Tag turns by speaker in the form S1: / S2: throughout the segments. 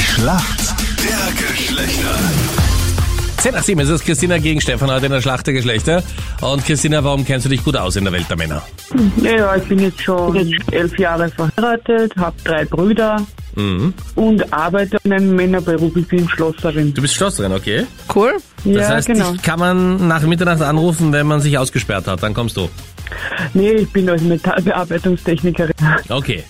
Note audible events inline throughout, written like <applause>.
S1: Schlacht der Geschlechter.
S2: 10 nach 7 ist es Christina gegen Stefan heute in der Schlacht der Geschlechter. Und Christina, warum kennst du dich gut aus in der Welt der Männer?
S3: Ja, ich bin jetzt schon elf Jahre verheiratet, habe drei Brüder
S2: Mhm.
S3: und arbeite in einem Männerberuf. Ich bin Schlosserin.
S2: Du bist Schlosserin, okay?
S4: Cool.
S2: Das
S3: ja,
S2: heißt,
S3: genau.
S2: dich kann man nach Mitternacht anrufen, wenn man sich ausgesperrt hat. Dann kommst du.
S3: Nee, ich bin als Metallbearbeitungstechnikerin. <laughs>
S2: Okay.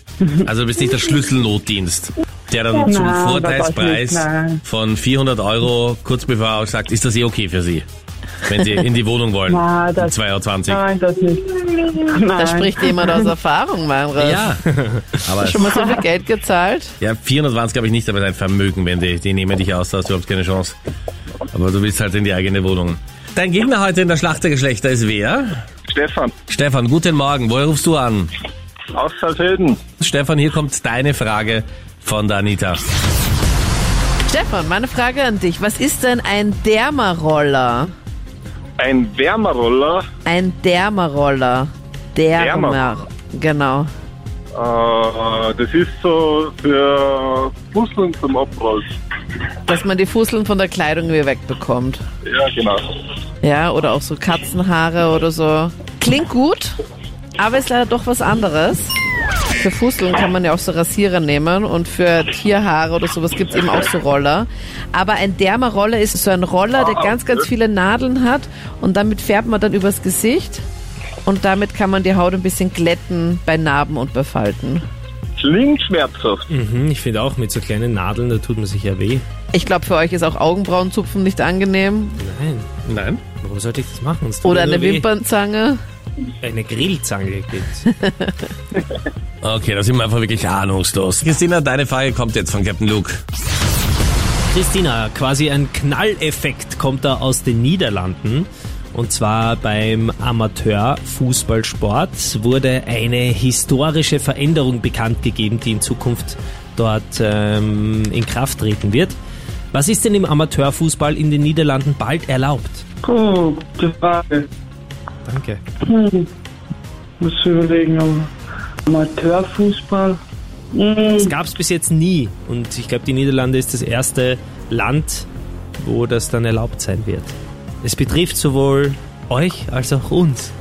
S2: Also du bist nicht der Schlüsselnotdienst, der dann zum
S3: Nein,
S2: Vorteilspreis
S3: das ist nicht, nein.
S2: von 400 Euro kurz bevor er sagt, ist das eh okay für Sie? Wenn Sie in die Wohnung
S3: <laughs>
S2: wollen.
S3: Nein, das-
S2: 2.20 Uhr.
S3: Nein, das nicht. Nein.
S4: Da spricht jemand aus Erfahrung, Meinrad.
S2: Ja, <laughs> aber
S4: Schon mal so viel Geld gezahlt?
S2: ja, 400 waren es, glaube ich, nicht, aber dein Vermögen, wenn die, die nehmen dich aus, da hast du überhaupt keine Chance. Aber du willst halt in die eigene Wohnung. Dein Gegner heute in der Schlacht der Geschlechter ist wer?
S5: Stefan,
S2: Stefan, guten Morgen. Woher rufst du an?
S5: aus Salzhöden.
S2: Stefan, hier kommt deine Frage von der Anita.
S4: Stefan, meine Frage an dich. Was ist denn ein Dermaroller?
S5: Ein Wärmeroller,
S4: Ein Dermaroller. Derma.
S5: Derma.
S4: Genau.
S5: äh, das ist so für Fusseln zum Abrollen.
S4: Dass man die Fusseln von der Kleidung wieder wegbekommt.
S5: Ja, genau.
S4: Ja, oder auch so Katzenhaare oder so. Klingt gut, aber ist leider doch was anderes. Für Fusteln kann man ja auch so Rasierer nehmen und für Tierhaare oder sowas gibt's eben auch so Roller. Aber ein Dermaroller ist so ein Roller, der ganz, ganz viele Nadeln hat und damit färbt man dann übers Gesicht und damit kann man die Haut ein bisschen glätten bei Narben und bei Falten.
S5: Klingt schmerzhaft.
S6: Mhm, ich finde auch, mit so kleinen Nadeln, da tut man sich ja weh.
S4: Ich glaube, für euch ist auch Augenbrauenzupfen nicht angenehm
S6: Nein,
S2: Nein?
S6: warum sollte ich das machen? Es tut
S4: oder
S6: mir
S4: eine
S6: nur weh.
S4: Wimpernzange.
S6: Eine Grillzange geht.
S2: Okay, da sind wir einfach wirklich ahnungslos. Christina, deine Frage kommt jetzt von Captain Luke.
S6: <laughs> Christina, quasi ein Knalleffekt kommt da aus den Niederlanden. Und zwar beim Amateurfußballsport wurde eine historische Veränderung bekannt gegeben, die in Zukunft dort ähm, in Kraft treten wird. Was ist denn im Amateurfußball in den Niederlanden bald erlaubt?
S3: Oh, gute Frage.
S6: Danke.
S3: Muss ich überlegen, aber Amateurfußball?
S6: Das gab es bis jetzt nie. Und ich glaube, die Niederlande ist das erste Land, wo das dann erlaubt sein wird. Es betrifft sowohl euch als auch uns.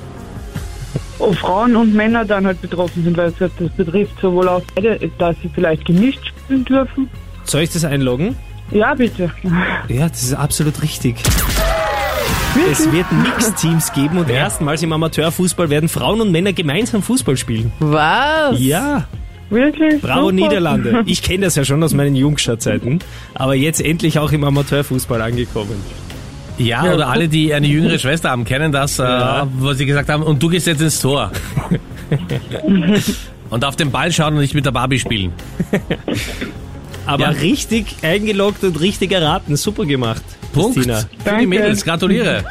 S3: Oh, Frauen und Männer dann halt betroffen sind, weil es hat- das betrifft sowohl auch beide, dass sie vielleicht gemischt spielen dürfen.
S6: Soll ich das einloggen?
S3: Ja, bitte. <laughs>
S6: Ja, das ist absolut richtig. Es wird Mixteams geben und erstmals im Amateurfußball werden Frauen und Männer gemeinsam Fußball spielen.
S4: Was?
S6: Ja,
S3: Wirklich?
S6: bravo
S3: Super.
S6: <laughs> Niederlande. Ich kenne das ja schon aus meinen Jungscherzeiten, aber jetzt endlich auch im Amateurfußball angekommen.
S2: Ja, Ah, oder alle, die eine <laughs> jüngere Schwester haben, kennen das, äh,
S6: Ja.
S2: wo sie gesagt haben, und du gehst jetzt ins <laughs> Tor. und auf den Ball schauen und nicht mit der Barbie spielen.
S6: Aber
S2: Ja.
S6: richtig eingeloggt und richtig erraten. Super gemacht.
S2: Punkt.
S6: Christina.
S2: Für die Mädels, gratuliere.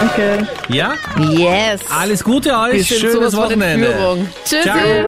S3: Danke.
S2: Ja,
S4: Yes.
S2: alles Gute euch,
S4: Wir sind
S2: schönes
S4: sowas von in
S2: Wochenende.
S4: Führung. Tschüssi.
S2: Ciao.